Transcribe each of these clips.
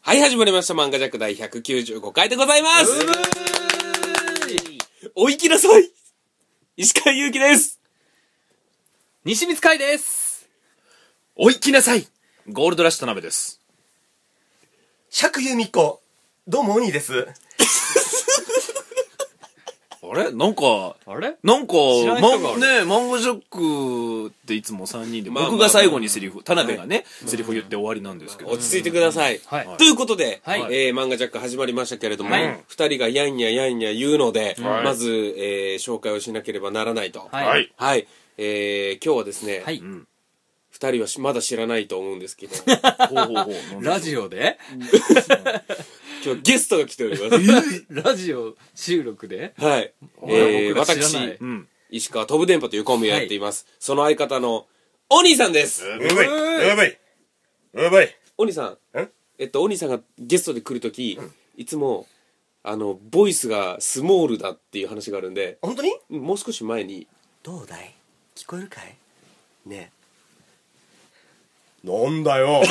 はい、始まりました。漫画ジャック第195回でございますおいきなさい石川祐希です西光海ですおいきなさいゴールドラッシュ田辺です。釈由美子どうも鬼ですあれなんか、あれなんか、知らまない人がおるねえ、マンゴジャックっていつも3人で、まあ僕が最後にセリフ、田辺がね、セリフ言って終わりなんですけど。落ち着いてください。はいということで、はいえー、漫画ジャック始まりましたけれども、二、はい人がやんややんや言うので、はいまず、えー、紹介をしなければならないと。。はいいはい。えー、今日はですね、はいうん。二人はしまだ知らないと思うんですけど、 ほうほうほう。ラジオで今日ゲストが来ております。 ラジオ収録ではい。えー、僕ら知らない私う、ん。石川飛ぶ電波というコンビをやっています。その相方の、お兄さんですうばいうばいうばいお兄さんんえっとお兄さんがゲストで来るとき、いつもあのボイスがスモールだっていう話があるんで本当にうんもう少し前にどうだい聞こえるかいねえなんだ よ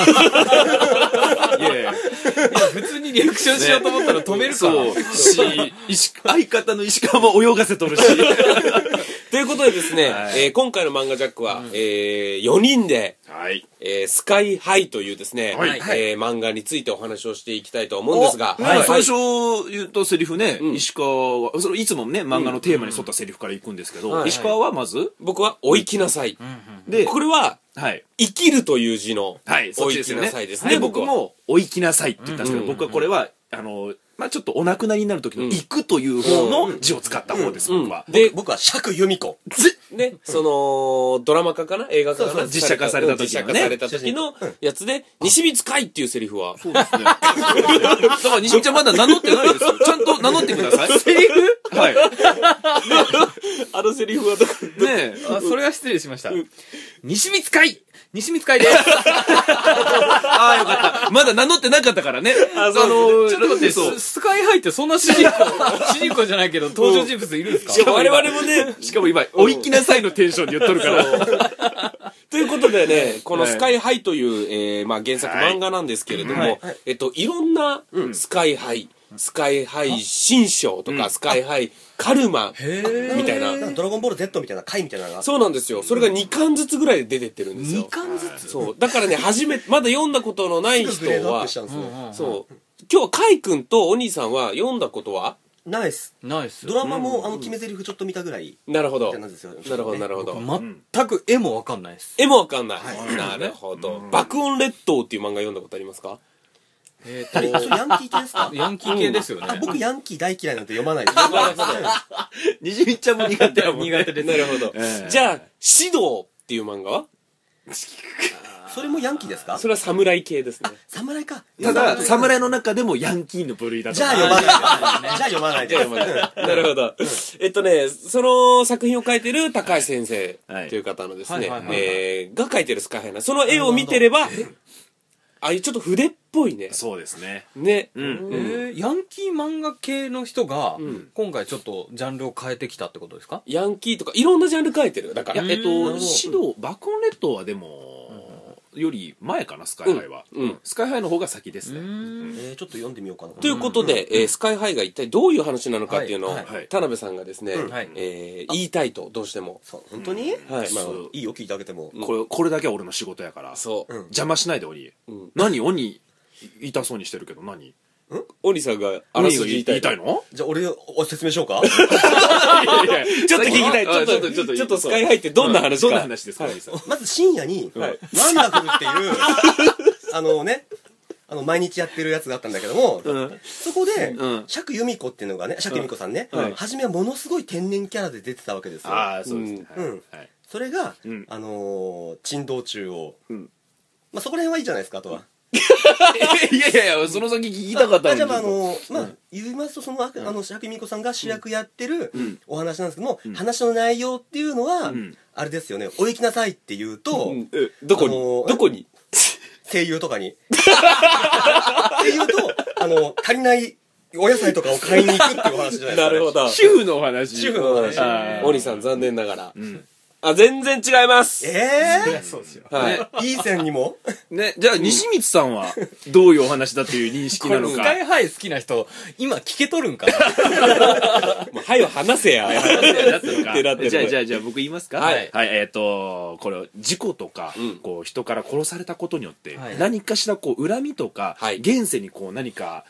いやいや。普通にリアクションしようと思ったら止めるから、そう。し、石相方の石川も泳がせとるし。ということでですね、はいえー今回の「漫画ジャックは」え4人で、はい。えースカイハイ」というですね、はいえー漫画についてお話をしていきたいと思うんですが、はい、最最初初言ったセリフね、ん石川は、それいつもね、漫画のテーマに沿ったセリフからいくんですけど、うんはい石川はまず、僕は「お行きなさい」で、これははい。 「生きる」という字の「はい、そおっち行ですきよなね。さい」ですでね僕僕は。も、お行きなさいって言ったんですけど、うん僕はこれは、あの、まあちょっとお亡くなりになる時の行くという方の字を使った方です、僕は。で僕は釈由美子ね、その、ドラマ化かな映画化かそうなそう実写化された時のね実写化された時のやつで、西光海っていうセリフは、そうですね。だから、西尾ちゃんまだ名乗ってないですよ。ちゃんと名乗ってください。セリフはい。あのセリフはだから、ねえ。あそれは失礼しました西光海西光海です ああ、よかった。まだ名乗ってなかったからね。あの、ちょっと待ってそうス。スカイハイってそんな主人 公主人公じゃないけど登場人物いるんですかしかも我々もね、しかも今、お行きなさいのテンションで言っとるから。ということでね、このはいスカイハイという、えーまあ原作はい漫画なんですけれども、はいえっと、いろんなスカイハイ、スカイハイ新章とか、スカイハイカルマみたい な。ドラゴンボール Z みたいな回みたいなのがそうなんですよ。それが2巻ずつぐらいで出てってるんですよ。 2巻ずつそう。だからね、初めて、まだ読んだことのないす人ぐグレードアッはプし、ちゃうんですよそう。今日はカイ君とお兄さんは読んだことはナイスないっすドラマもあの決め台詞ちょっと見たぐらいなるほど。じゃななんるですよほど、なるほど。全く絵もわかんないっす絵もわかんない。なるほど。爆音列島っていう漫画読んだことありますかえあれーそれヤンキー系ですかヤンキー系ですよねあ僕ヤンキー大嫌いなんて読まないですにじみちゃんも苦手やもん。苦手ですなるほどえ。えじゃあ、指導っていう漫画はそれもヤンキーですかそれは侍系ですね。侍かただ、侍の中でもヤンキーの部類だと。じゃあ読まないじゃあ読まないじゃあ読ま ない。なるほど。えっとね、その作品を描いてる高橋先生はいという方のですはねいはいはい、はいえーが描いてるスカイハイな。その絵を見てれば、ああいうちょっと筆っぽいね。そうですね。ね。うん。えーヤンキー漫画系の人が、ん今回ちょっとジャンルを変えてきたってことですかヤンキーとか、いろんなジャンル描いてる。だかいやら、、えっと、うん指導、爆音列島はでも、より前かな、スカイハイは。うんうんスカイハイの方が先ですね。えーちょっと読んでみようかなということで、えースカイハイが一体どういう話なのかっていうのを、はいはい田辺さんがですね、はいえー言いたいと、どうしても。そう本当に、はい。ままああ、そういいよ聞いてあげても、これ、これだけは俺の仕事やから。そう。うん邪魔しないで、鬼うん。何、鬼、痛そうにしてるけど、何鬼さんが、あら鬼すがじ言言いいたたいいと。のじゃあ俺お説明しよう かいや いやちょっと聞きたい。ちょっあと、ちょっと、スカイハイってどんな話か。どんな話ですか、はい鬼さんまず深夜に、はいワンダフルっていう あのねあの毎日やってるやつがあったんだけども、うんそこで、うん釈由美子っていうのがね釈由美子さんね、うんはい初めはものすごい天然キャラで出てたわけですよああ、そうですね。うんはいはいそれが、うんあのー珍道中を、うんまあ、そこら辺はいいじゃないですかあとは、い やいやいや、その先聞きたかったあじゃあまああのに。のーまあ言いますとそのああの釈由美子さんが主役やってるんお話なんですけども、ん話の内容っていうのは、んあれですよね「お行きなさい」って言うと、うんえどこにあのーどこに声優とかに。っていうと、あの、足りないお野菜とかを買いに行くっていうお話じゃないですか、なるほど。主婦のお話。主婦のお話あー鬼さん残念ながら、あ、全然違います。えそうですよ。はい。ねえいい線にもね、じゃあ、西光さんは、どういうお話だという認識こなれのスか。カイハイ好きな人、今聞けとるんかなもう、はよ話せや。 なってるってなってかる じゃあじゃあじゃあ僕言いますかはいえっ、とこれ事故とか、こう人から殺されたことによって、はい何かしらこう恨みとか、はい現世にこう何か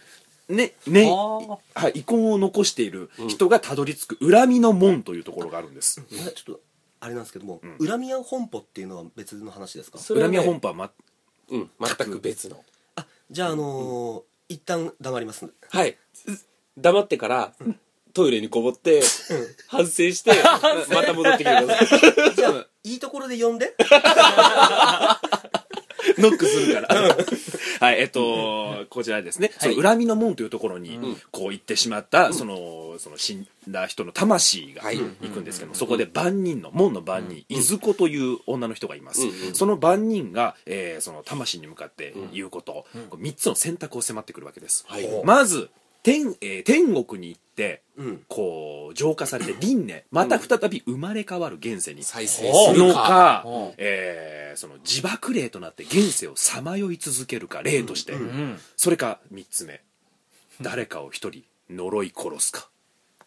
ねねあはい遺恨を残している人がたどり着く恨みの門というところがあるんです、いやちょっとあれなんですけども、恨み屋本舗っていうのは別の話ですかそれは恨ねみは本波はまうん、全く別の。あじゃああのー一旦黙りますはい。黙ってから、トイレにこもって、反省して、また戻ってきてください。 じゃあいいところで呼んで ノックするからはいえっ、とこちらですね、その恨みの門というところにこう行ってしまった、そのその死んだ人の魂がはい行くんですけども、そこで番人の門の番人、いずこという女の人がいます、その番人が、えーその魂に向かって言うこと、こう3つの選択を迫ってくるわけです、はいまず天,、えー天国に行ってうんこう浄化されて輪廻また再び生まれ変わる現世に再生すおのるか。かうん、えーその自爆霊となって現世をさまよい続けるか霊として、んそれか3つ目誰かを一人呪い殺すかっ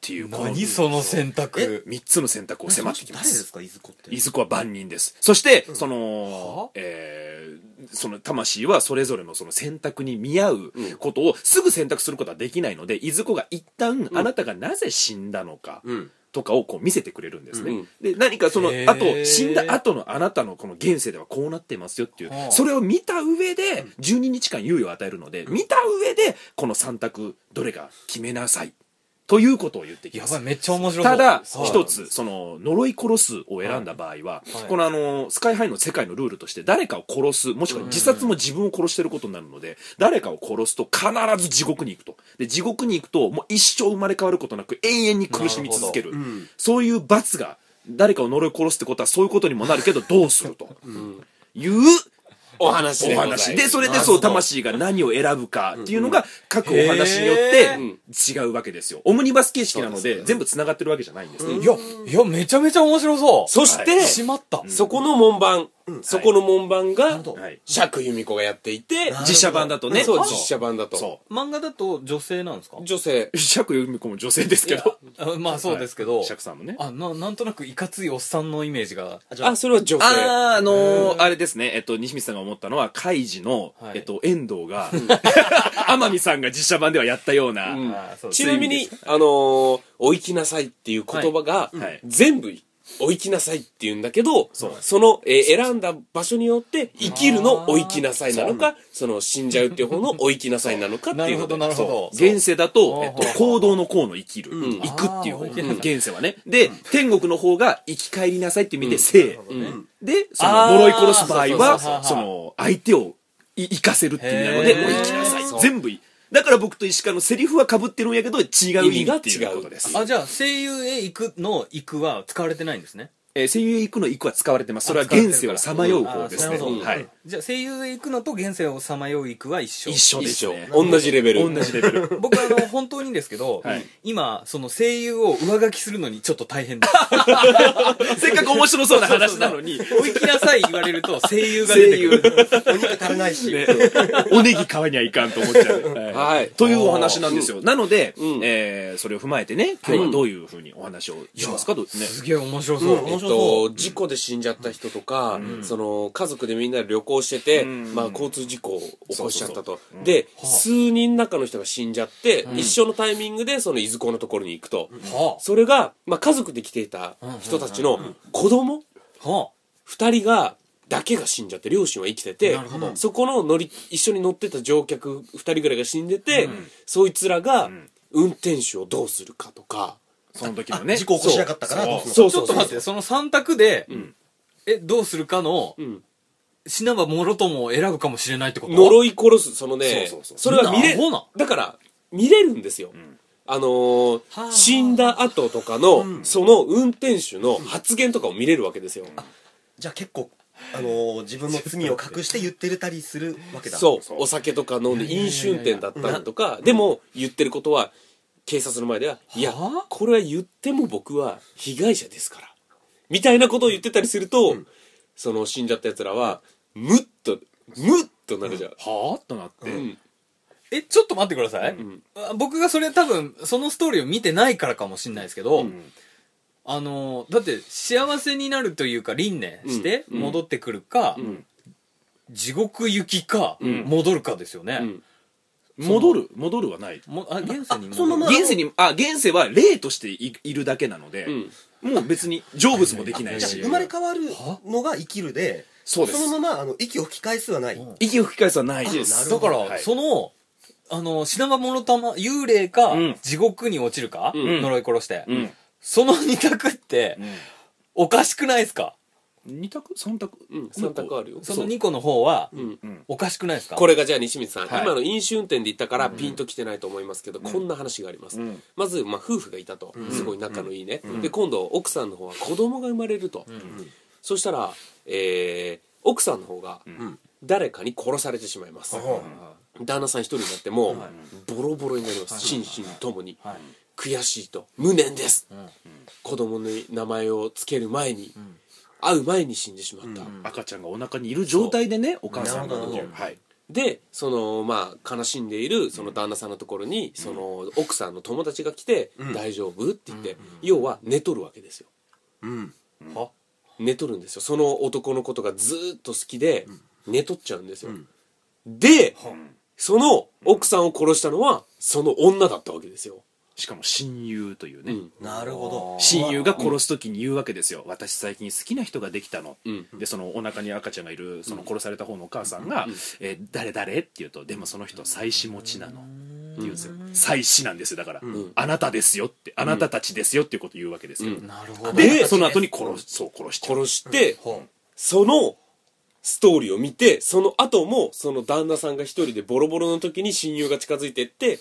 ていうこの何その選択。 3つの選択を迫ってきま誰ですすかいずこっていずこは万人ですそして、その、えーその魂はそれぞれのその選択に見合うことをすぐ選択することはできないのでいずこが一旦あなたがなぜ死んだのか、うん。とかをこう見せてくれるんですね、うんで何かそのへーあと死んだ後のあなたのこの現世ではこうなってますよっていうはあそれを見た上で12日間猶予を与えるので見た上でこの3択どれか決めなさいということを言ってきやまばい、すめっちゃ面白そう。ただはい一。つその呪い殺すを選んだ場合はこのあのスカイハイの世界のルールとして誰かを殺すもしくは自殺も自分を殺してることになるので誰かを殺すと必ず地獄に行くとで地獄に行くともう一生生まれ変わることなく永遠に苦しみ続けるうんそういう罰が誰かを呪い殺すってことはそういうことにもなるけどどうするというお話おでございま話す。でそれでなるほそどう魂が何を選ぶかっていうのが各お話によって違うわけですよオムニバス形式なので全部つながってるわけじゃないんですねいや、いや、めちゃめちゃ面白そう。そして、しまった。そこの門番、そこの門番が、どはい釈由美子がやっていて、実写版だとねそう、あ実写版だと。そ漫画だと女性なんですか女性う。釈由美子も女性ですけどあまあそうですけど、釈さんもねあななんとなくいかついおっさんのイメージがあじゃああ、それは女性。あーあのーあれですね、えっと、西光さんが思ったのは、カイジの、はえいっと、遠藤が、 天海さんが実写版ではやったような、うんあそうですちなみに、あのー、お行きなさいっていう言葉がいはい、全部、お行きなさいって言うんだけど、そうその、えー選んだ場所によって、生きるのお行きなさいなのか、その、死んじゃうっていう方のお行きなさいなのかってないうるのほでどなるほどそう現世だと、えっとほうほう、行動の行の生きる、ん行くっていう方、あーうん現世はね。で、天国の方が生き返りなさいっていう意味で、生、で、その、あー呪い殺す場合は、そうそうそうそうその、相手をい生かせるっていう意味なので、へーお生きなさいそ。う全部いい。だから僕と石川のセリフは被ってるんやけど、違う意味っていうことです。あじゃあ声優へ行くの行くは使われてないんですねえー声優へ行くの行くは使われてます。それは現世をさまようあ方ーですなね。るほど、はい。じゃあ声優へ行くのと現世をさまよう行くは一緒一緒で一す緒ね。。同じレベル。同じレベル。僕はあの本当にですけど、はい今その声優を上書きするのにちょっと大変です せっかく面白 そうな話なのに、お行きなさい言われると声優が出てくるお肉足らないし、ね、おネギ買わにはいかんと思っちゃう。はいはい。というお話なんですよ。なので、うんえーそれを踏まえてね、今日はどういうふうにお話をしますかと、ね。 すげえ面白そう、うんえっと、事故で死んじゃった人とか、その家族でみんなで旅行してて、まあ、交通事故を起こしちゃったとで、数人の中の人が死んじゃって、一緒のタイミングでそのいずこのところに行くと、はそれが、まあ、家族で来ていた人たちの子供あは2人がだけが死んじゃって両親は生きててなるほどそこの乗り一緒に乗ってた乗客2人ぐらいが死んでて、そいつらが運転手をどうするかとか。その時のね。事故起こしなかったからそうどうすんのそうあちょっと待ってその3択で、えどうするかの、ん死なばもろとも選ぶかもしれないってこと呪い殺すそのねそうそうそうれは見れみんなアホなだから見れるんですよ、あのーはあ死んだ後とかの、その運転手の発言とかを見れるわけですよ、じゃあ結構あのー自分の罪を隠して言ってるたりするわけだそうそうお酒とか飲んで飲酒運転だったりとか、でも言ってることは警察の前では「いやはあこれは言っても僕は被害者ですからみたいなことを言ってたりすると、その死んじゃった奴らは、むっと、むっとなるじゃん。はあとなって、うんえ、ちょっと待ってください。あ僕がそれ多分、そのストーリーを見てないからかもしれないですけど、あの、だって幸せになるというか、輪廻してうん戻ってくるか、ん地獄行きか、ん戻るかですよね。うん戻る戻るはないもあ、現世に戻る。そのまま現世にあ現世は霊としていいるだけなので、うんもう別に成仏もできないじゃあし生まれ変わるのが生きるでそうですのままあの息を吹き返すはない、息を吹き返すはないですなるだほかどら、はいその、あの、死なば物玉、幽霊か、うん地獄に落ちるか、ん呪い殺して、うんその二択って、おかしくないですか二択三択うん三択あるよその二二個の方は、んおかしくないですかこれがじゃあ西光さん、はい今の飲酒運転で言ったからピンときてないと思いますけど、こんな話があります、んまず、まあ、夫婦がいたと、すごい仲のいいね、で今度奥さんの方は子供が生まれると、そしたら、えー奥さんの方が誰かに殺されてしまいます、旦那さん一人になってもうボロボロになります、心身ともに、はい悔しいと無念です、ん子供に名前を付ける前に、会う前に死んでしまった、赤ちゃんがお腹にいる状態でねお母さんがなるほどはいでそのまあ悲しんでいるその旦那さんのところに、その奥さんの友達が来て「大丈夫?」って言って、要は寝とるわけですようん、は寝とるんですよその男のことがずーっと好きで、寝とっちゃうんですよ、で、その奥さんを殺したのはその女だったわけですよ、しかも親友というね、うんなるほど親友が殺す時に言うわけですよ、私最近好きな人ができたの、うんでそのお腹に赤ちゃんがいるその殺された方のお母さんが「えー誰誰?」って言うと「でもその人妻子持ちなの」って言うんですよ妻子なんですよだから、あなたですよ」って「あなたたちですよ」っていうことを言うわけですよ、うんなるほど。でその後に殺すそう殺しちゃう殺して、ほそのストーリーを見てその後もその旦那さんが一人でボロボロの時に親友が近づいてって、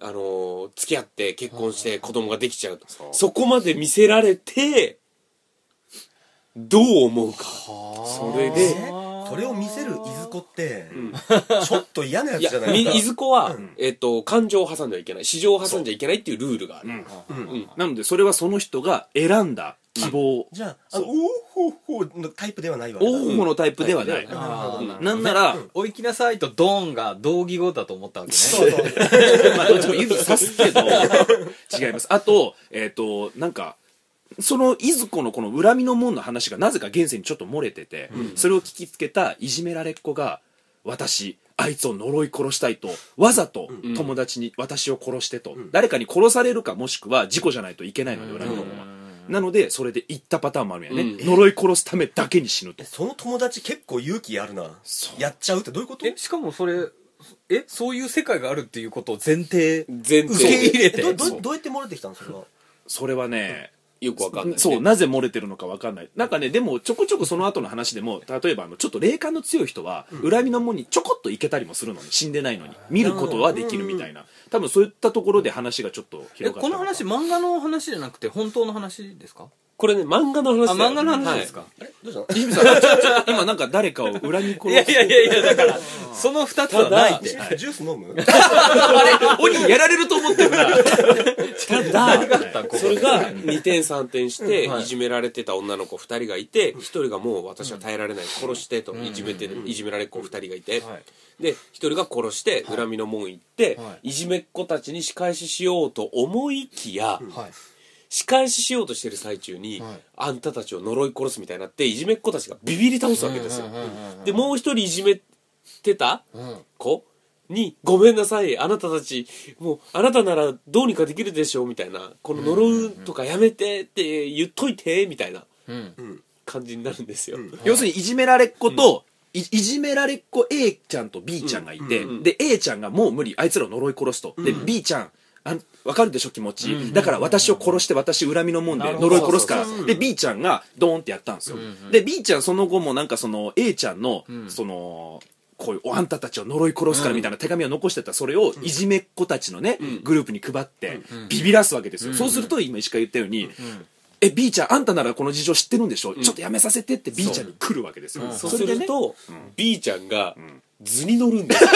あのー付き合って結婚して子供ができちゃうとそうそこまで見せられてどう思うかそれんででそれを見せるいずこって、ちょっと嫌なやいつやじゃなみいですかいずこは、んえっと感情を挟んではいけない市場を挟んじゃいけないっていうルールがある、うんうんうんなのでそれはその人が選んだ希望、じゃああそうのおーほーほーのタイプではないわけだ大物のタイプではない、なるほどななんなら、お行きなさいとドーンが同義語だと思ったわけね。そうそう まあ、どっちも指さすけど違いますあとえっ、となんかそのいずこのこの恨みの門の話がなぜか現世にちょっと漏れてて、それを聞きつけたいじめられっ子が私あいつを呪い殺したいとわざと友達に私を殺してと、誰かに殺されるかもしくは事故じゃないといけないので恨みの門は、なのでそれで行ったパターンもあるんやね、うん呪い殺すためだけに死ぬとえその友達結構勇気あるなやっちゃうってどういうことえ、しかもそれ、え、そういう世界があるっていうことを前提、前受け提入でれえて。どどどうやって漏れてきたんですかそれはね、よくわかんない、ね、そうなぜ漏れてるのか分かんないなんかねでもちょこちょこその後の話でも例えばあのちょっと霊感の強い人は恨みの門にちょこっと行けたりもするのに死んでないのに見ることはできるみたいな多分そういったところで話がちょっとえ、広がったこの話、漫画の話じゃなくて、本当の話ですかこれね漫画のあ、話だよ漫画の話ですかは、あれどうしたの西見さんちょちょっと今なんか誰かを恨み殺いやすいやいやいや、だから、その二つはないって。えジュース飲む鬼やられると思ってるないただったこそれが2点3点してはいいじめられてた女の子2人がいて1人がもう私は耐えられない殺してといじめていじめられっ子2人がいてはいで1人が殺して恨みの門行ってはいいじめっ子たちに仕返ししようと思いきやはい。仕返ししようとしてる最中にはいあんたたちを呪い殺すみたいになっていじめっ子たちがビビり倒すわけですようんうんうんうんでもう1人いじめてたうん。子に「ごめんなさいあなたたちもうあなたならどうにかできるでしょう」みたいな「この呪うとかやめて」って言っといてみたいなうん。感じになるんですよ、要するにいじめられっ子と、いいじめられっ子 A ちゃんと B ちゃんがいて、で A ちゃんがもう無理あいつらを呪い殺すと、で B ちゃんあわかるでしょ気持ち、だから私を殺して私恨みのもんでなるほど呪い殺すからそうで B ちゃんがドーンってやったんですよ、で B ちゃんその後もなんかその A ちゃんの、そのこういうおあんたたちを呪い殺すからみたいな手紙を残してたそれをいじめっ子たちのね、グループに配ってビビらすわけですよ、そうすると今石川言ったように、え B ちゃんあんたならこの事情知ってるんでしょ、ちょっとやめさせてって B ちゃんに来るわけですよ、そうそすれでるねと、B ちゃんが図に乗るんですよ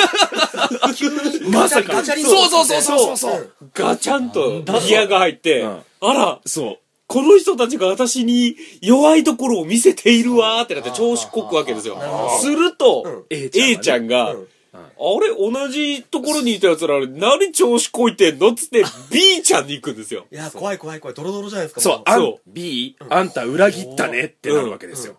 まさかガチャリンそうそうそうそうそうそうガチャンとギアが入って、うんあらそうこの人たちが私に弱いところを見せているわーってなって調子こくわけですよあ。ーすると、 A ちゃんはね A ちゃんが、うんあれ同じところにいた奴らあれ何調子こいてんのっつって B ちゃんに行くんですよ。いや、怖い怖い怖い。ドロドロじゃないですか。そうも、あんそ、 B、あんた裏切ったねってなるわけですよ。うん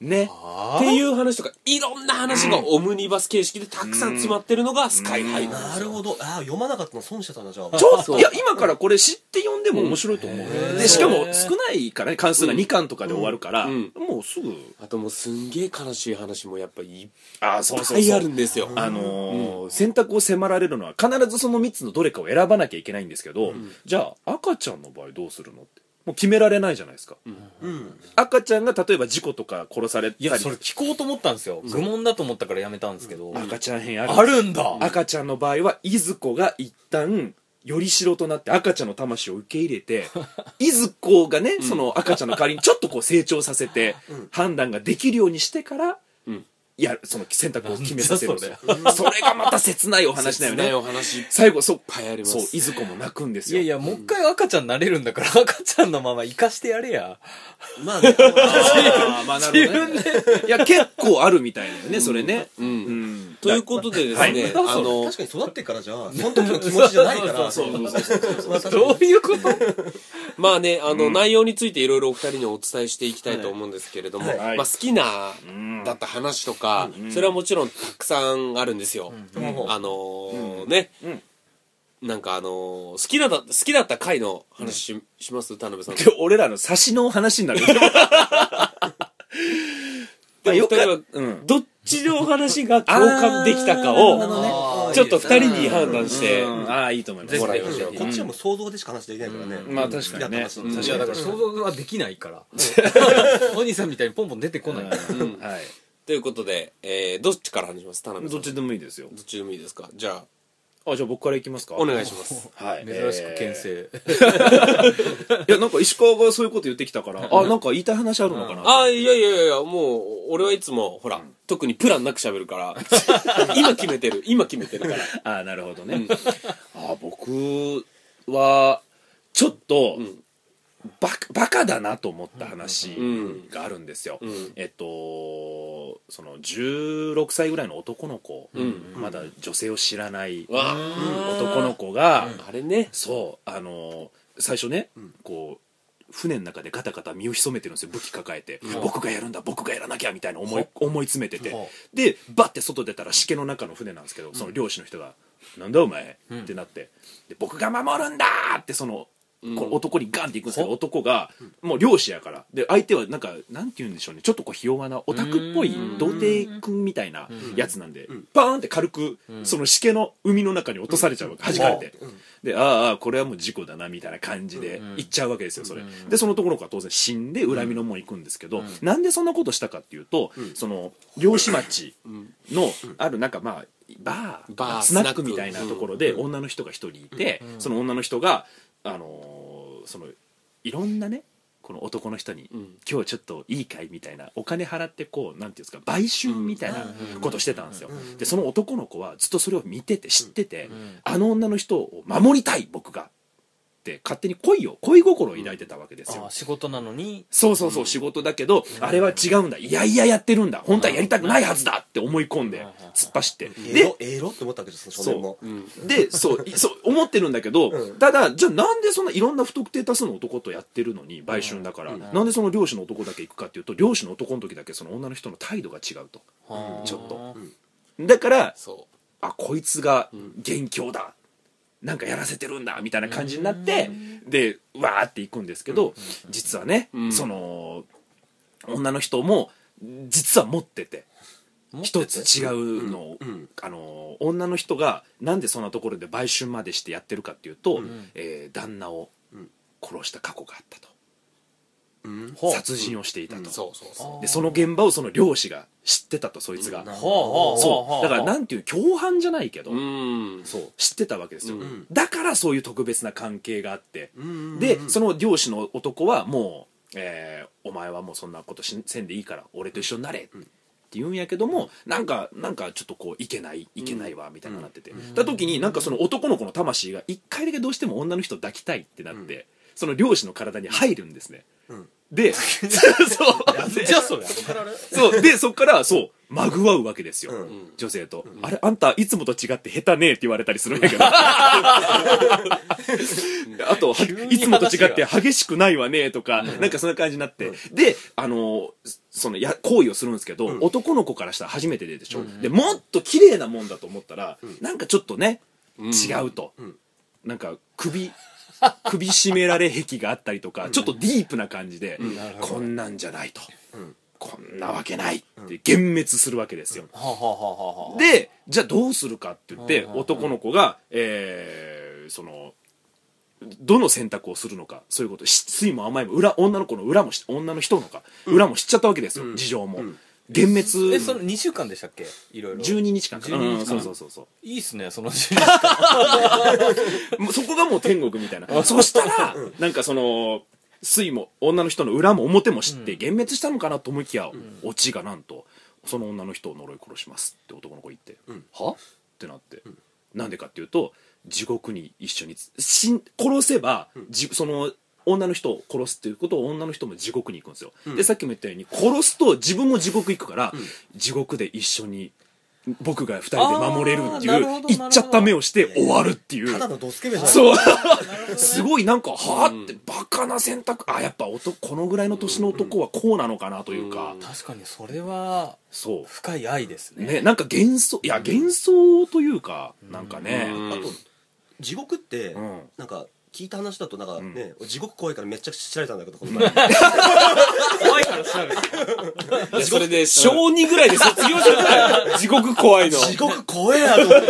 ね。っていう話とか、いろんな話がオムニバス形式でたくさん詰まってるのがスカイハイなんでなするよ。ほど。ああ、読まなかったの損してたな、じゃあ。ちょっそうと、いや、今からこれ知って読んでも面白いと思う。うんへで、ーしかも少ないからね、関数が2巻とかで終わるから、うんもうすぐ。あともうすんげえ悲しい話もやっぱいっああ、そぱいあるんですよ。あのー選択を迫られるのは必ずその3つのどれかを選ばなきゃいけないんですけど、じゃあ赤ちゃんの場合どうするのってもう決められないじゃないですか、うん。赤ちゃんが例えば事故とか殺されたいりや、それ聞こうと思ったんですよ。愚問だと思ったからやめたんですけど。赤ちゃん編あるあるんだ赤ちゃんの場合はいずこが一旦よりしろとなって赤ちゃんの魂を受け入れていずこがねその赤ちゃんの代わりにちょっとこう成長させてうん判断ができるようにしてから、うんいやその選択を決めさせるんですよなそれがまた切ないお話だよ切ないねお話いっ最後そうぱいあります。そういずこも泣くんですいよやいや、もう一回赤ちゃんなれるんだから、赤ちゃんのまま生かしてやれや。まあ ね、あーまあなるほどねいや結構あるみたいだよねそれねうんうんということでですね、はいあの確、かに育ってからじゃあ、その時の気持ちじゃないから。そうそうそうそうまあ確かにどういうことまあね、あの、内容についていろいろお二人にお伝えしていきたいと思うんですけれども、はいはいまあ好きな、うんだった話とうんか、それはもちろんたくさんあるんですよ。うんあのーね、なんかあのー好きだった、好きだった回の話し,、します田辺さん。で俺らの差しの話になるまあでお二よ人かっは、うんどっちのお話が共感できたかを、あーあーちょっとい二人いですねに判断して、うんああいいと思いますもらいまうんしょう。こっちはもう想像でしか話できないからね。うんまあ確かにね好きだった話うんい確や、だにから想像はできないから。お兄さんみたいにポンポン出てこない から。うんはいということで、えーどっちから話します田辺さどん。っちでもいいですよどっちでもいいですかじゃあ、あじゃあ僕からいきますかお願いします。はい珍しく牽制。えーいやなんか石川がそういうこと言ってきたからあなんか言いたい話あるのかなああ、いやいやいや、もう、俺はいつも、ほら、特にプランなく喋るから、 今決めてる、今決めてるから。ああなるほどね、ああ僕はちょっと、んバカバカだなと思った話うんがあるんですよ、うんえっとその16歳ぐらいの男の子、うんまだ女性を知らないわ男の子が、あれね。そうあの最初ね、こう船の中でガタガタ身を潜めてるんですよ武器抱えて、僕がやるんだ僕がやらなきゃみたいな思い思い詰めてて、はでバッて外出たらしけの中の船なんですけど、その漁師の人が「なんだお前」ってなってで「僕が守るんだ!」ってその。この男にガンっていくんですけど、男がもう漁師やからで相手はなんかなんて言うんでしょうねちょっとこうひ弱なオタクっぽいうん童貞君みたいなやつなんで、パーンって軽くそのしけの海の中に落とされちゃうわけ弾かれて、でああああこれはもう事故だなみたいな感じでうん行っちゃうわけですよそれ、うんでそのところが当然死んで恨みの門行くんですけど、うんなんでそんなことしたかっていうと、んその漁師町うんのあるなんかまあバーバースナッスナッククみたいなところで女の人が一人いて、その女の人があのーそのいろんなねこの男の人に、うん今日ちょっといいかいみたいなお金払ってこうなんていうんですか売春みたいなことしてたんですよ、んでその男の子はずっとそれを見てて知ってて、んあの女の人を守りたい僕がって勝手に恋を恋心を抱いてたわけですよ、あ仕事なのに、そうそうそう、仕事だけど、あれは違うんだ。いやいややってるんだ。本当はやりたくないはずだって思い込んでうん、突っ走って。エでロ、、エロって思ったわけです、少年も。うん。で、そう、いそう、思ってるんだけど、うんただ、じゃあなんでそんないろんな不特定多数の男とやってるのに、売春だから、うんなんでその漁師の男だけ行くかっていうと、漁師の男の時だけその女の人の態度が違うと。はあちょっと。だから、そあこいつが元凶だ、なんかやらせてるんだみたいな感じになってでわーっていくんですけど、実はね、うんその女の人も実は持ってて持ってて一つ違うのを、うんあの女の人がなんでそんなところで売春までしてやってるかっていうと、んえー旦那をうん殺した過去があったと、うん。ほう殺人をしていたと、う。そうそうそでその現場をその漁師が知ってたとそいつが、うんほうほうほうそほうだからなんていう共犯じゃないけど、う。うん。そう知ってたわけですよ、うんだからそういう特別な関係があって、うんでその漁師の男はもう、えーお前はもうそんなことしせんでいいから俺と一緒になれ」って言うんやけどもなんかなんかちょっとこういけないいけないわみたいになってて、た時になんかその男の子の魂が一回だけどうしても女の人抱きたいってなって、その漁師の体に入るんですね、 でそうでじゃあそりゃそうでそっからそうまぐわうわけですよ、うん女性と、あれあんたいつもと違って下手ねえって言われたりするんやけ どあとはいつもと違って激しくないわねとか、なんかそんな感じになって、であのーそのや行為をするんですけど、男の子からしたら初めてででしょ、でもっと綺麗なもんだと思ったら、なんかちょっとね違うと、なんか首首絞められ癖があったりとか、ちょっとディープな感じで、こんなんじゃないと、こんなわけないって幻滅するわけですよ、はあはあはあはあはあでじゃあどうするかって言って、うんうんうん男の子が、えーそのどの選択をするのかそういうこと失意も甘いも裏女の子の裏もし女の人のか、裏も知っちゃったわけですよ、事情も、幻滅えその2週間でしたっけいろいろ12日間かな12日間うんそうそうそうそういいっすねその12日間もうそこがもう天国みたいなそしたら、なんかその水も女の人の裏も表も知って幻滅したのかなと思いきや、オチがなんとその女の人を呪い殺しますって男の子言って、はってなって、なんでかっていうと地獄に一緒に死ん殺せば、じその女の人を殺すっていうことを女の人も地獄に行くんですよ、でさっきも言ったように殺すと自分も地獄行くから、地獄で一緒に僕が二人で守れるっていあーなうるほど行っちゃった目をして終わるっていうただのドスケベじゃないそう。すごいなんか、はあって、バカな選択。あ、やっぱ男、このぐらいの年の男はこうなのかなというかう、ん確かにそれはそ深い愛ですう。ねね、なんか幻想、いや、幻想というか、なんかね、うんあと地獄って、うんなんか聞いた話だとなんかんね、地獄怖いからめっちゃ調べたんだけどこの前怖いから調べいやそれで、 小二ぐらいで卒業しちゃ ったよ。地獄怖いの。地獄怖えなと思って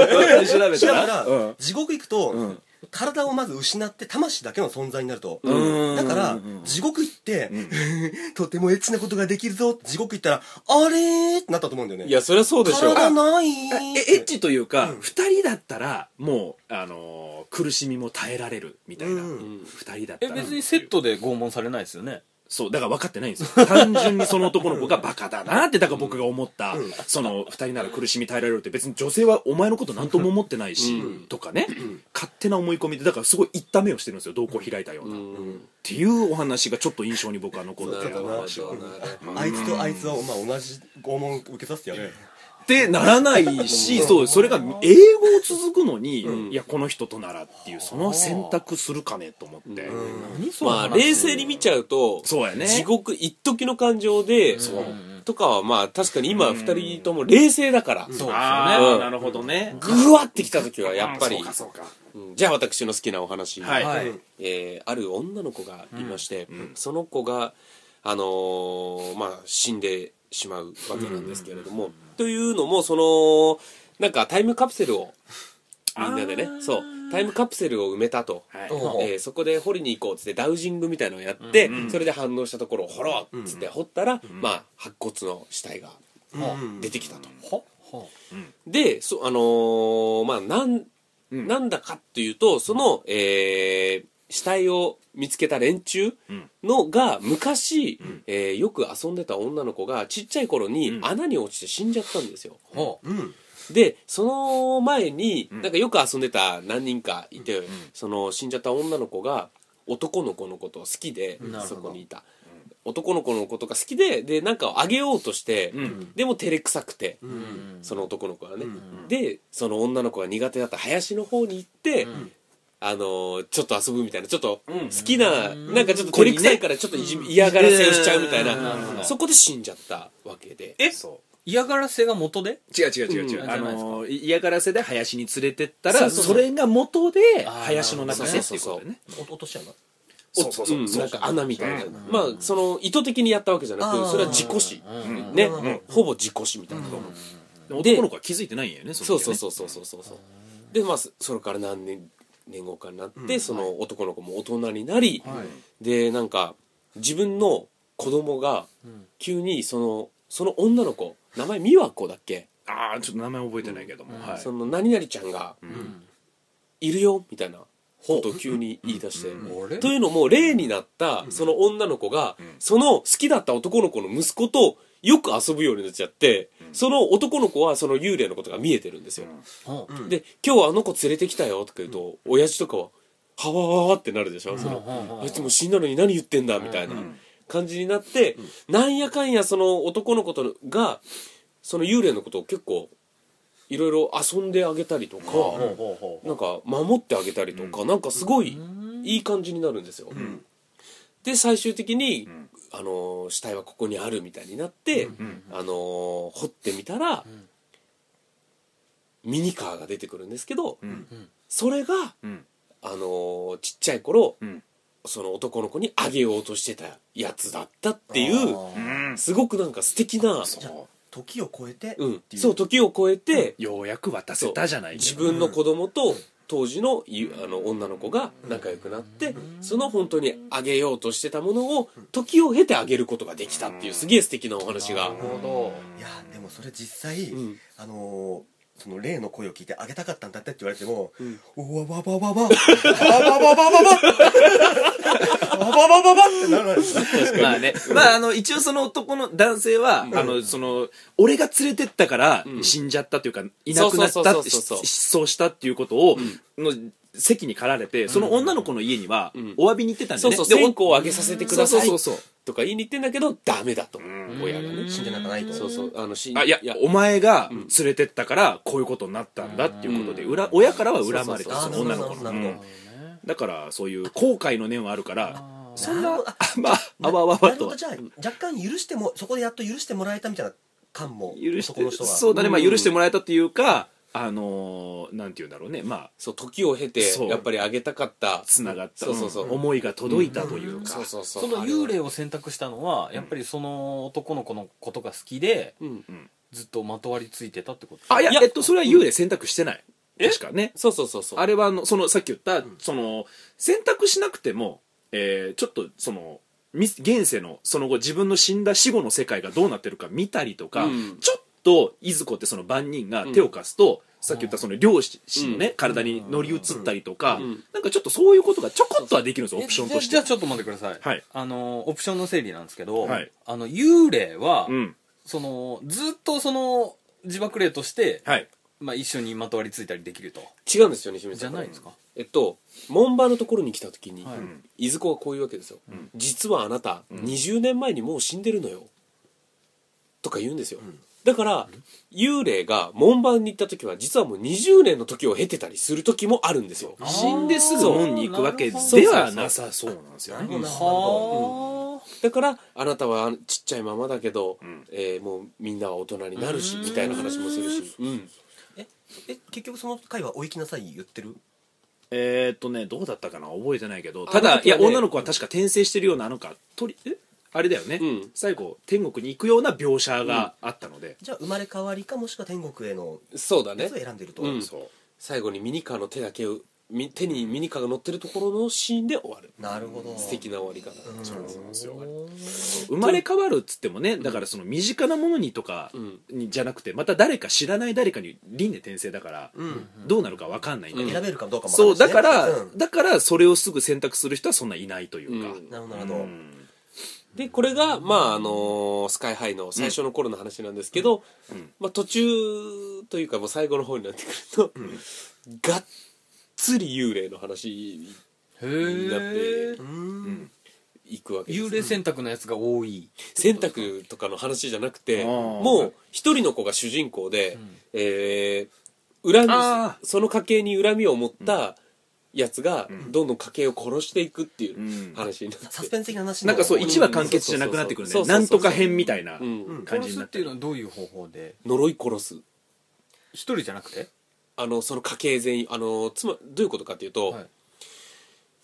調べた調べたらら、 うん地獄行くと、うん体をまず失って魂だけの存在になると、うんだから、うん地獄行って、 とてもエッチなことができるぞ地獄行ったらあれーってなったと思うんだよねいや、そりゃそうでしょ。体ないえ、エッチというか、二人だったら、もう、あのー、苦しみも耐えられる、みたいな。二うん人だったえら。別にセットで拷問されないですよねそう、だから分かってないんですよ。単純にその男の子がバカだなって、だから僕が思った、うんその二人なら苦しみ耐えられるって、別に女性はお前のこと何とも思ってないし、うんとかね、勝手な思い込みで、だからすごい言った目をしてるんですよ、瞳孔開いたような。っていうお話がちょっと印象に僕は残ってなるるほど話は。あいつとあいつは、まあ、同じ拷問受けさせてやれ、ってならないし、そう、それが英語を続くのに、いや、この人とならっていう、その選択するかねと思って。何そのまあ、話冷静に見ちゃうと、そうやね地獄、一時の感情で、とかはまあ、確かに今、二人とも冷静だから、そうあですよーうんなるほどね。ぐわってきた時は、やっぱりそう。か、そうか。うんじゃあ、私の好きなお話。はいねはいえーある女の子がいまして、その子が、あのーまあ、死んでしまうわけなんですけれども、というのもそのなんかタイムカプセルをみんなでねそうタイムカプセルを埋めたと。はいおうえーそこで掘りに行こうっつってダウジングみたいのをやって、それで反応したところを掘ろうっつって掘ったら、まあ、白骨の死体がうん出てきたと。ははで、そあのーまあ、なん、んなんだかっていうと、その、えー死体を見つけた連中んのが、昔、えーよく遊んでた女の子が、ちっちゃい頃にん穴に落ちて死んじゃったんですよ。はうんで、その前に、なんかよく遊んでた何人かいて、その死んじゃった女の子が、男の子のことを好きでなるそほ、どこにいた。男の子のことが好きで、で、なんかをあげようとして、うんでも照れくさくて、うんその男の子はね、んでその女の子が苦手だった林の方に行って、あのーちょっと遊ぶみたいなちょっとうん好きな、なんかちょっと照れくさいからちょっといじめ嫌がらせをしちゃうみたいな、うんなるほどそこで死んじゃったわけでえそう。嫌がらせが元で違う違う違う違う、うんあじゃないですのい嫌がらせで林に連れてったそらうそうそそうれが元であー林の中でってそいううそことうそうでねお落とし穴そうそうそうなんか穴みたいな、まあその意図的にやったわけじゃなあくーそれは自己死、んね、うんほぼ自己死みたいな、で男の子は気づいてないんやよねそうの時そはうねそうそうそうそうそうでまあそそれから何年年後かになって、その男の子も大人になり、でなんか自分の子供が急にそのその女の子名前美和子だっけ、ああちょっと名前覚えてないけども、はいその何々ちゃんがん「いるよ」みたいなことを急に言い出して、あれというのも例になったその女の子が、その好きだった男の子の息子とよく遊ぶようになっちゃって、その男の子はその幽霊のことが見えてるんですよ、はで「今日あの子連れてきたよ」とか言うと、親父とかは「はわわわってなるでしょ、そのあいつもう死んだのに何言ってんだみたいな感じになって、なんやかんやその男の子とがその幽霊のことを結構いろいろ遊んであげたりとか、なんか守ってあげたりとか、なんかすごいいい感じになるんですよ、で最終的に、あのー死体はここにあるみたいになって、あのー掘ってみたら、ミニカーが出てくるんですけど、んそれが、うんあのーちっちゃい頃、うんその男の子にあげようとしてたやつだったっていううんすごくなんか素敵な、じゃあ時を超えて、うんて、いうそう時を超えて、ようやく渡せたじゃない自分の子供と当時のいあの女の子が仲良くなってその本当にあげようとしてたものを時を経てあげることができたっていうすげえ素敵なお話がなるほいやでもそれ実際、うんあのーその霊の声を聞いてあげたかったんだってって言われても、んおわわわわわわわわわわわわわわわってならないですねまあね、まああの、一応その男の男性は、あの、その、俺が連れてったからうん死んじゃったというか、いなくなっそうたそうそうって、そうそう失踪したっていうことを、の席に駆られて、その女の子の家にはん、お詫びに行ってたんでそうね。そうでお線香をあげさせてくださいそうそうそうとか言いに行ってんだけどダメだと親がね死んでなんかないとそうそうあのしあ、いや、お前が連れてったから、こういうことになったんだっていうことで、裏、親からは恨まれてたあんーでなすよ、女るのほど子の。なるほどなるほだから、そういう後悔の念はあるから、そんな、あ まあ、どあわあわあわなるとほはどじゃあ若干許してもそこでやっと許してもらえたみたいな感も許しそこの人てはそうだね、まあ、うん許してもらえたっていうかあのーなんて言うんだろうねまあそう時を経てそうやっぱりあげたかったつながったそうそうそううん思いが届いたというか、そうそうそうその幽霊を選択したのはやっぱりその男の子のことが好きでうんずっとまとわりついてたってことあいやいやえっとそれは幽霊選択してない、確かねそうそうそうそうあれはあのそのさっき言った、その選択しなくても、えーちょっとそのみ現世のその後自分の死んだ死後の世界がどうなってるか見たりとか、うんちょっといずこってその番人が手を貸すと、さっき言ったその漁師のね、体に乗り移ったりとか、うんなんかちょっとそういうことがちょこっとはできるんですよオプションとしてじゃあちょっと待ってください、はいあのオプションの整理なんですけど、はいあの幽霊は、うんそのずっとその自爆霊として、はいまあ、一緒にまとわりついたりできると違うんですよね姫じさゃんないですかえっと門番のところに来た時に、はいい、ずこはこういうわけですよ、実はあなた、20年前にもう死んでるのよとか言うんですよ、だから幽霊が門番に行った時は実はもう20年の時を経てたりする時もあるんですよ死んですぐ門に行くわけそうではなさそうなんですよねうんはだからあなたはあのちっちゃいままだけど、えーもうみんなは大人になるしみたいな話もするし、うんえ結局その回はお行きなさい言ってるえーっとねどうだったかな覚えてないけどただ、あのい時はやね女の子は確か転生してるようなあのか鳥えあれだよね、うん最後天国に行くような描写があったので、じゃあ生まれ変わりかもしくは天国へのそうだやねつを選んでると、うんそう最後にミニカーの手だけをみ手にミニカーが乗ってるところのシーンで終わるなるほど素敵な終わり方うんそうなんですよー生まれ変わるっつってもねだからその身近なものにとかうんにじゃなくてまた誰か知らない誰かに輪廻転生だから、うんどうなるかわかんないんだけど、選べるかどうかもわそうかだんないしかねら、うんだからそれをすぐ選択する人はそんないないというか、うんなるほどなるほど、うんでこれが、まああのースカイハイの最初の頃の話なんですけど、んまあ、途中というかもう最後の方になってくると、がっつり幽霊の話へえうんいくわけです幽霊選択のやつが多い選択とかの話じゃなくてあーもう一人の子が主人公で、えー恨あみその家系に恨みを持ったやつがどんどん家系を殺していくっていううん話になって、サスペンス的な話なんかそううん1話完結じゃなくなってくるそねうそうそうなんとか編みたいなうんん感じに殺すなっってていうるのはどういう方法で呪い殺す一人じゃなくてあのその家系全員あのつまどういうことかっていうと、はい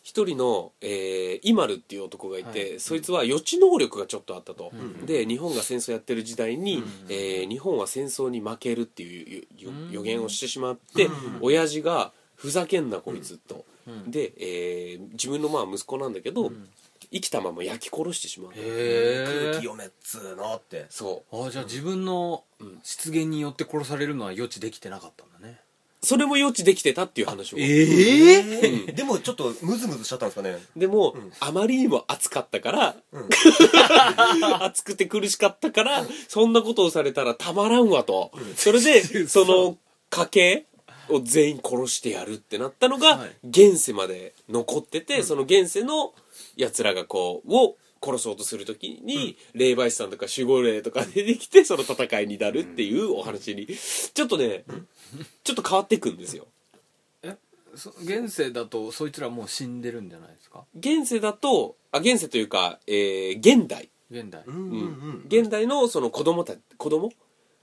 一人の、えー、イマルっていう男がいて、はいそいつは予知能力がちょっとあったと、うで日本が戦争やってる時代に、えー日本は戦争に負けるっていうゆゆ予言をしてしまって、親父が「ふざけんなこいつ」と、うんで、えー自分のまあ息子なんだけど、生きたまま焼き殺してしまうへ空え気読めっつーのってそうあじゃあ自分の失言によって殺されるのは予知できてなかったんだねそれも予知できてたっていう話もえうんでもちょっとムズムズしちゃったんですかねでも、あまりにも暑かったから、 暑くて苦しかったから、そんなことをされたらたまらんわと。それで、その、家系を全員殺してやるってなったのが、はい現世まで残ってて、その現世のやつらがこうを殺そうとするときに、霊媒師さんとか守護霊とか出てきてその戦いになるっていうお話にちょっとねちょっと変わっていくんですよ。そ現世だとそいつらもう死んでるんじゃないですか現世だとあ現世というか、えー現代、現代うんうんうん。現代のその子供た子供と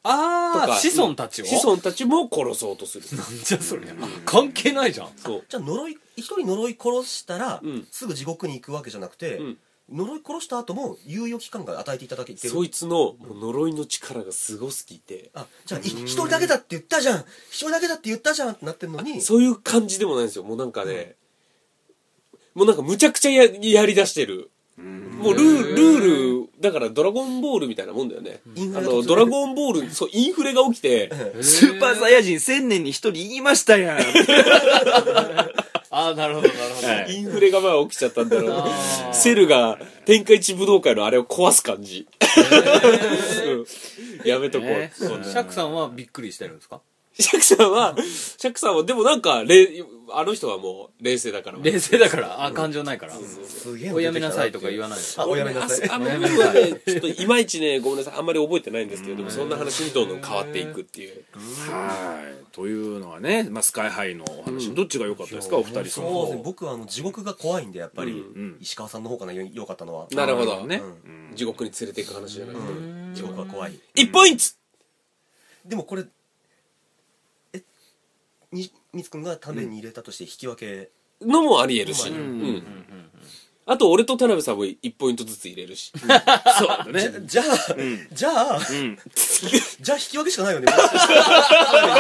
あかあ子孫たちをうん子孫たちも殺そうとするじゃあそれ関係ないじゃんそうじゃあ呪い一人呪い殺したら、うんすぐ地獄に行くわけじゃなくて、うん呪い殺した後も猶予期間が与えていただけてるそいつのもう呪いの力がすごすぎてあじゃあい一人だけだって言ったじゃん一人だけだって言ったじゃんってなってるのにそういう感じでもないんですよもうなんかね、もうなんかむちゃくちゃややりだしてるもうルールールだからドラゴンボールみたいなもんだよねインフあレがの突然ドラゴンボールそうインフレが起きてスーパーサイヤ人1000年に1人言いましたやんああなるほどなるほど、はいインフレがまあ起きちゃったんだろうなあーセルが天下一武道会のあれを壊す感じうんやめ とこう、ねシャックさんはびっくりしてるんですかシャクさんは、シャクさんは、でもなんか、れいあの人はもう冷静だから。冷静だからあ感情ないからすげえのお出やてめきたなさいとか言わないですあおやめなさいああの部分はね、ちょっといまいちね、ごめんなさい、あんまり覚えてないんですけど、でもそんな話にどんどん変わっていくっていう。はいというのはね、まあ、スカイハイのお話、どっちが良かったですかお二人さんそうですね僕はあの地獄が怖いんでやっぱり、ん石川さんの方かなよ良かったのはなるほど。ね、地獄に連れていく話じゃない。地獄は怖い一ポイントでもこれえにみつくんがために入れたとして引き分け、のもあり得るし。ううんん。あと、俺と田辺さんも一ポイントずつ入れるし。そうだねじゃあ、じゃあ、ん じゃあ引き分けしかないよね入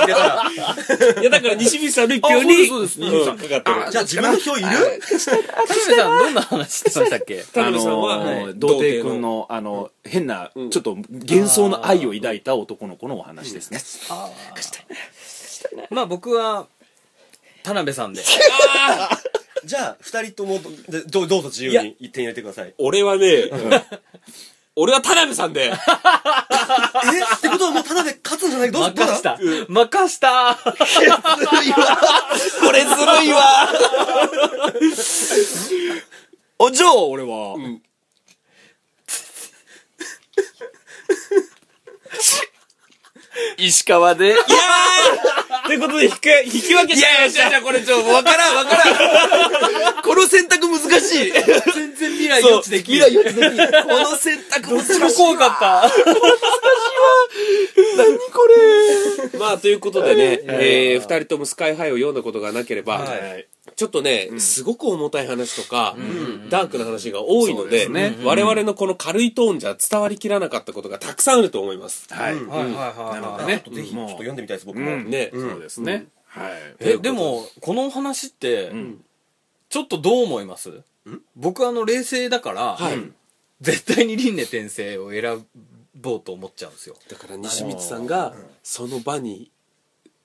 れたらいや、だから西光さんの一あ票に、そうですそううですんかかってる。じゃあ自分の票いる田辺さんどんな話してましたっけ田辺さんは、あのはい童貞君のあの、変な、ちょっと幻想の愛を抱いた男の子のお話ですね、 まあ僕は田辺さんでじゃあ二人ともどどどうぞ自由に一点入れてください俺はね、俺は田辺さんで、えってことはもう田辺勝つんじゃないどうどうだ任した任したこれずるいわあじゃあ俺は、 石川でいやーということで引く、引き分けちゃいました。これちょっと分からん分からん この選択難しい全然未来予知できない予知できないこの選択難しい超怖か ったまあ、ということでね、えー、二人ともスカイハイを読んだことがなければ、はいちょっとね、すごく重たい話とか、ダークな話が多いので、そうですね我々のこの軽いトーンじゃ伝わりきらなかったことがたくさんあると思います。はい、はいはいはいなのはでいねちょっとぜひちょっと読んでみたいです僕も、うんね。そうですね、はいえでもこの話って、ちょっとどう思います僕あの冷静だから、絶対に輪廻転生を選ぼうと思っちゃうんですよだから西光さんが、その場に、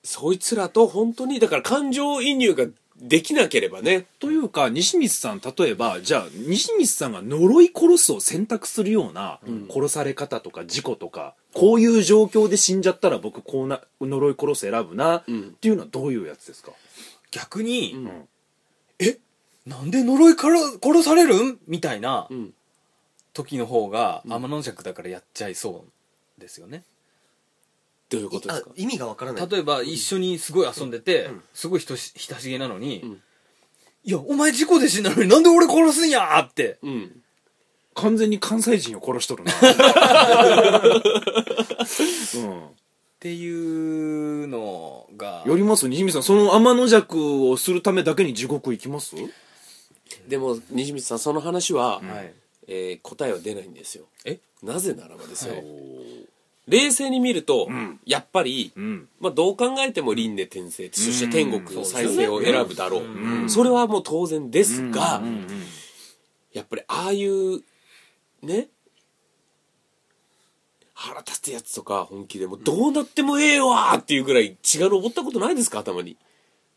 そいつらと本当に、だから感情移入ができなければね、というか西光さん例えばじゃあ西光さんが呪い殺すを選択するような殺され方とか事故とか、こういう状況で死んじゃったら僕こうな呪い殺す選ぶなっんていうのはどういうやつですか、逆に、んえなんで呪いから殺されるんみたいなうん時の方が、天の尺だからやっちゃいそうですよねどういうことであすか意味がわからない例えば一緒にすごい遊んでて、すごい人し親しげなのに、いやお前事故で死んだのになんで俺殺すんやーってうん。完全に関西人を殺しとるな、 うっていうのがん、よります西光さんその天の弱をするためだけに地獄行きますでも西光さんその話は、はいえー答えは出ないんですよえなぜならばですよ、はい冷静に見ると、やっぱり、んまあ、どう考えても輪廻転生そして天国再生を選ぶだろう、んそれはもう当然ですが、うんやっぱりああいうね腹立つやつとか本気でもうどうなってもええわーっていうぐらい血が上ったことないですか頭に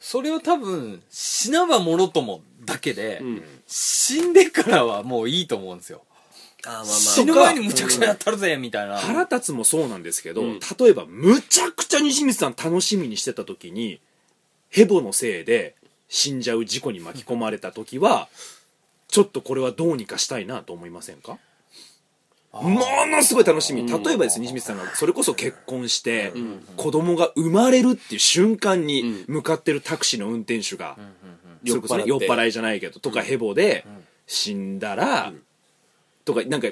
それを多分死なばもろともだけで、ん死んでからはもういいと思うんですよあーまあまあ死ぬ前にむちゃくちゃやったるぜみたいな腹立つもそうなんですけど、うん例えばむちゃくちゃ西光さん楽しみにしてた時にヘボのせいで死んじゃう事故に巻き込まれた時はちょっとこれはどうにかしたいなと思いませんかものすごい楽しみ例えばですね西光さんがそれこそ結婚して子供が生まれるっていう瞬間に向かってるタクシーの運転手がそれこそね酔酔っっ払って払いじゃないけどとかヘボで死んだらとかなんか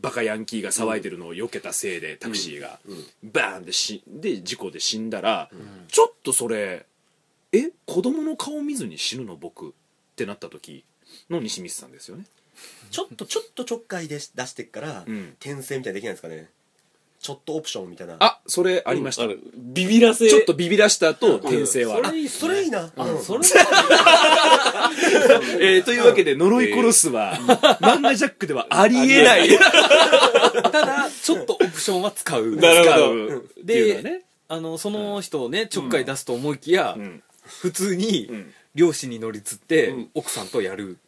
バカヤンキーが騒いでるのを避けたせいでタクシーがバーンってしで事故で死んだらちょっとそれえ子供の顔見ずに死ぬの僕ってなった時の西光さんですよねちょっとちょっとちょっかいでし出してっから、うん転生みたいにできないですかねちょっとオプションみたいなあそれありました、うんあのビビらせちょっとビビらした後転生は、いいっすそれいいな、うんそれえーというわけで呪い殺すは、漫画ジャックではありえないただちょっとオプションは使うなるほど使うっていうのはねであのその人をねちょっかい出すと思いきや、ん普通にん両親に乗りつって、ん奥さんとやる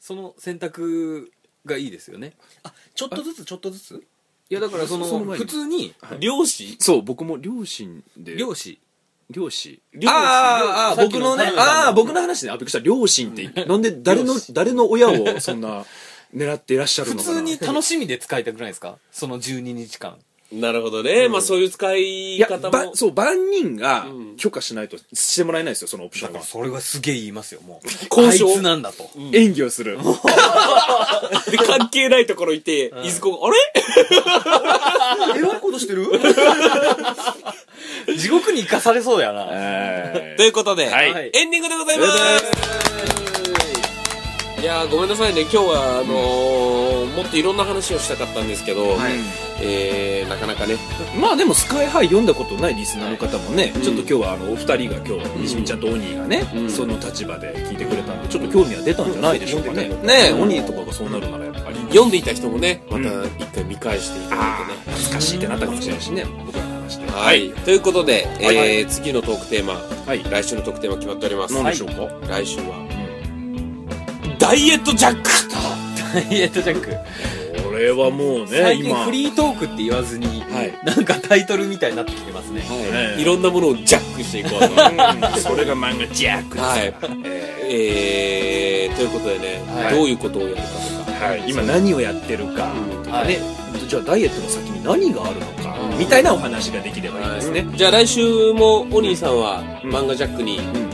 その選択がいいですよねあちょっとずつちょっとずついやだからそのその前に普通に漁師そう僕も両親で漁師両親両親あーあーさっき僕ののね彼女ああー僕の話ねあびっくりした両親ってなんで誰の誰の親をそんな狙っていらっしゃる普のかな通に楽しみで使いたくないですかその12日間なるほどね、まあそういう使いいや方ばもそう万人がうん許可しないとしてもらえないですよそのオプションはそれはすげえ言いますよもう交渉あいつなんだと演技をするで 関係ないところいて、いずこが、あれえらいことしてる 地獄に行かされそうだよなえということで、はいはいエンディングでございますいやーごめんなさいね今日はあのーもっといろんな話をしたかったんですけど、えーなかなかねーまあでも「スカイハイ読んだことないリスナーの方もね、ちょっと今日はあのお二人が今日西見ちゃんとオニーがね、うんその立場で聞いてくれたんでちょっと興味は出たんじゃないでしょうかね、うんねえオニーとかがそうなるならやっぱり読んでいた人もねまんた一回見返していただいてね、懐かしいってなったかもしれないしね僕らの話でははい、ということで、えーはい次のトークテーマはい来週のトークテーマ決まっております、何でしょうか、来週はダイエットジャックダイエットジャックこれはもうね最近今フリートークって言わずに、はいなんかタイトルみたいになってきて ますねはいねいろんなものをジャックしていこううとんそれが漫画ジャッ クですから、はいええー、ということでね、はいどういうことをやるかとか、ーはい、今何をやってるかとかね、じゃあダイエットの先に何があるのか、みたいなお話ができればいいですね、じゃあ来週もお兄さんはうん漫画ジャックにうん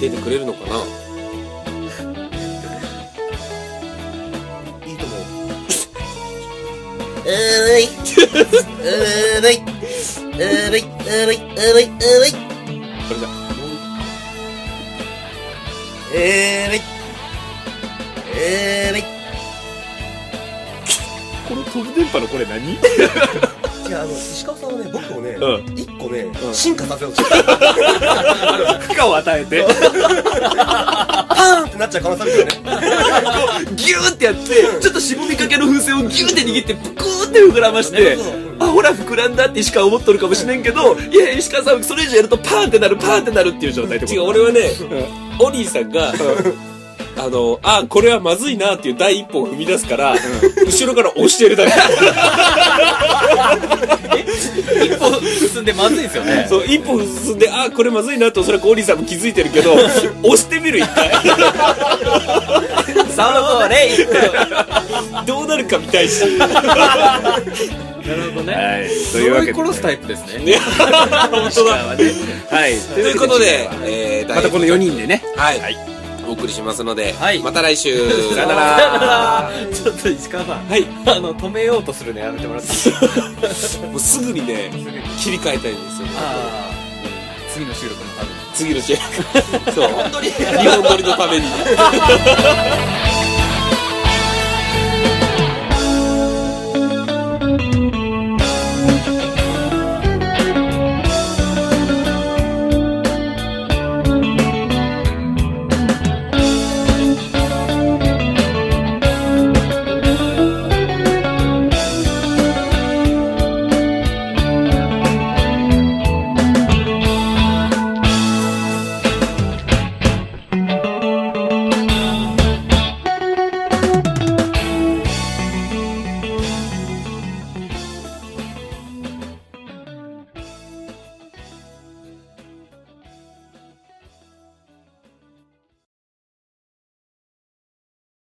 出てくれるのかな、そいいと思ううーいうーいうーいうーいうーいれじゃあえーいえーいこの飛ぶ電波のこれ何違うあの石川さんはね僕をねう一個ねん進化させようとして る負荷を与えてパーンってなっちゃう可能性あるけどねギューってやってちょっとしぼみかけの風船をギューって握ってプクーって膨らましてあほら膨らんだって石川思っとるかもしれんけどいや石川さんそれ以上やるとパーンってなるパーンってなるっていう状態ってこと違う俺はね、お兄さんが、あのあこれはまずいなっていう第一歩を踏み出すから、後ろから押してるだけ一歩進んでまずいですよ ねそう一歩進んであこれまずいなとおそらくお兄さんも気づいてる けど押してみる一回サウボーレイどうなるか見た いしなるほどねはいと呪いうわけいで殺すタイプですねね本当だはねはいということで、えー、またこの4人でねはい、はいお送りしますので、はいまた来週 さよならちょっと石川さんはいあの止めようとするのやめてもらっていいですか もうすぐにね切り替えたいんですよねあー次の収録のために 次の試合そう本当に日本撮りのために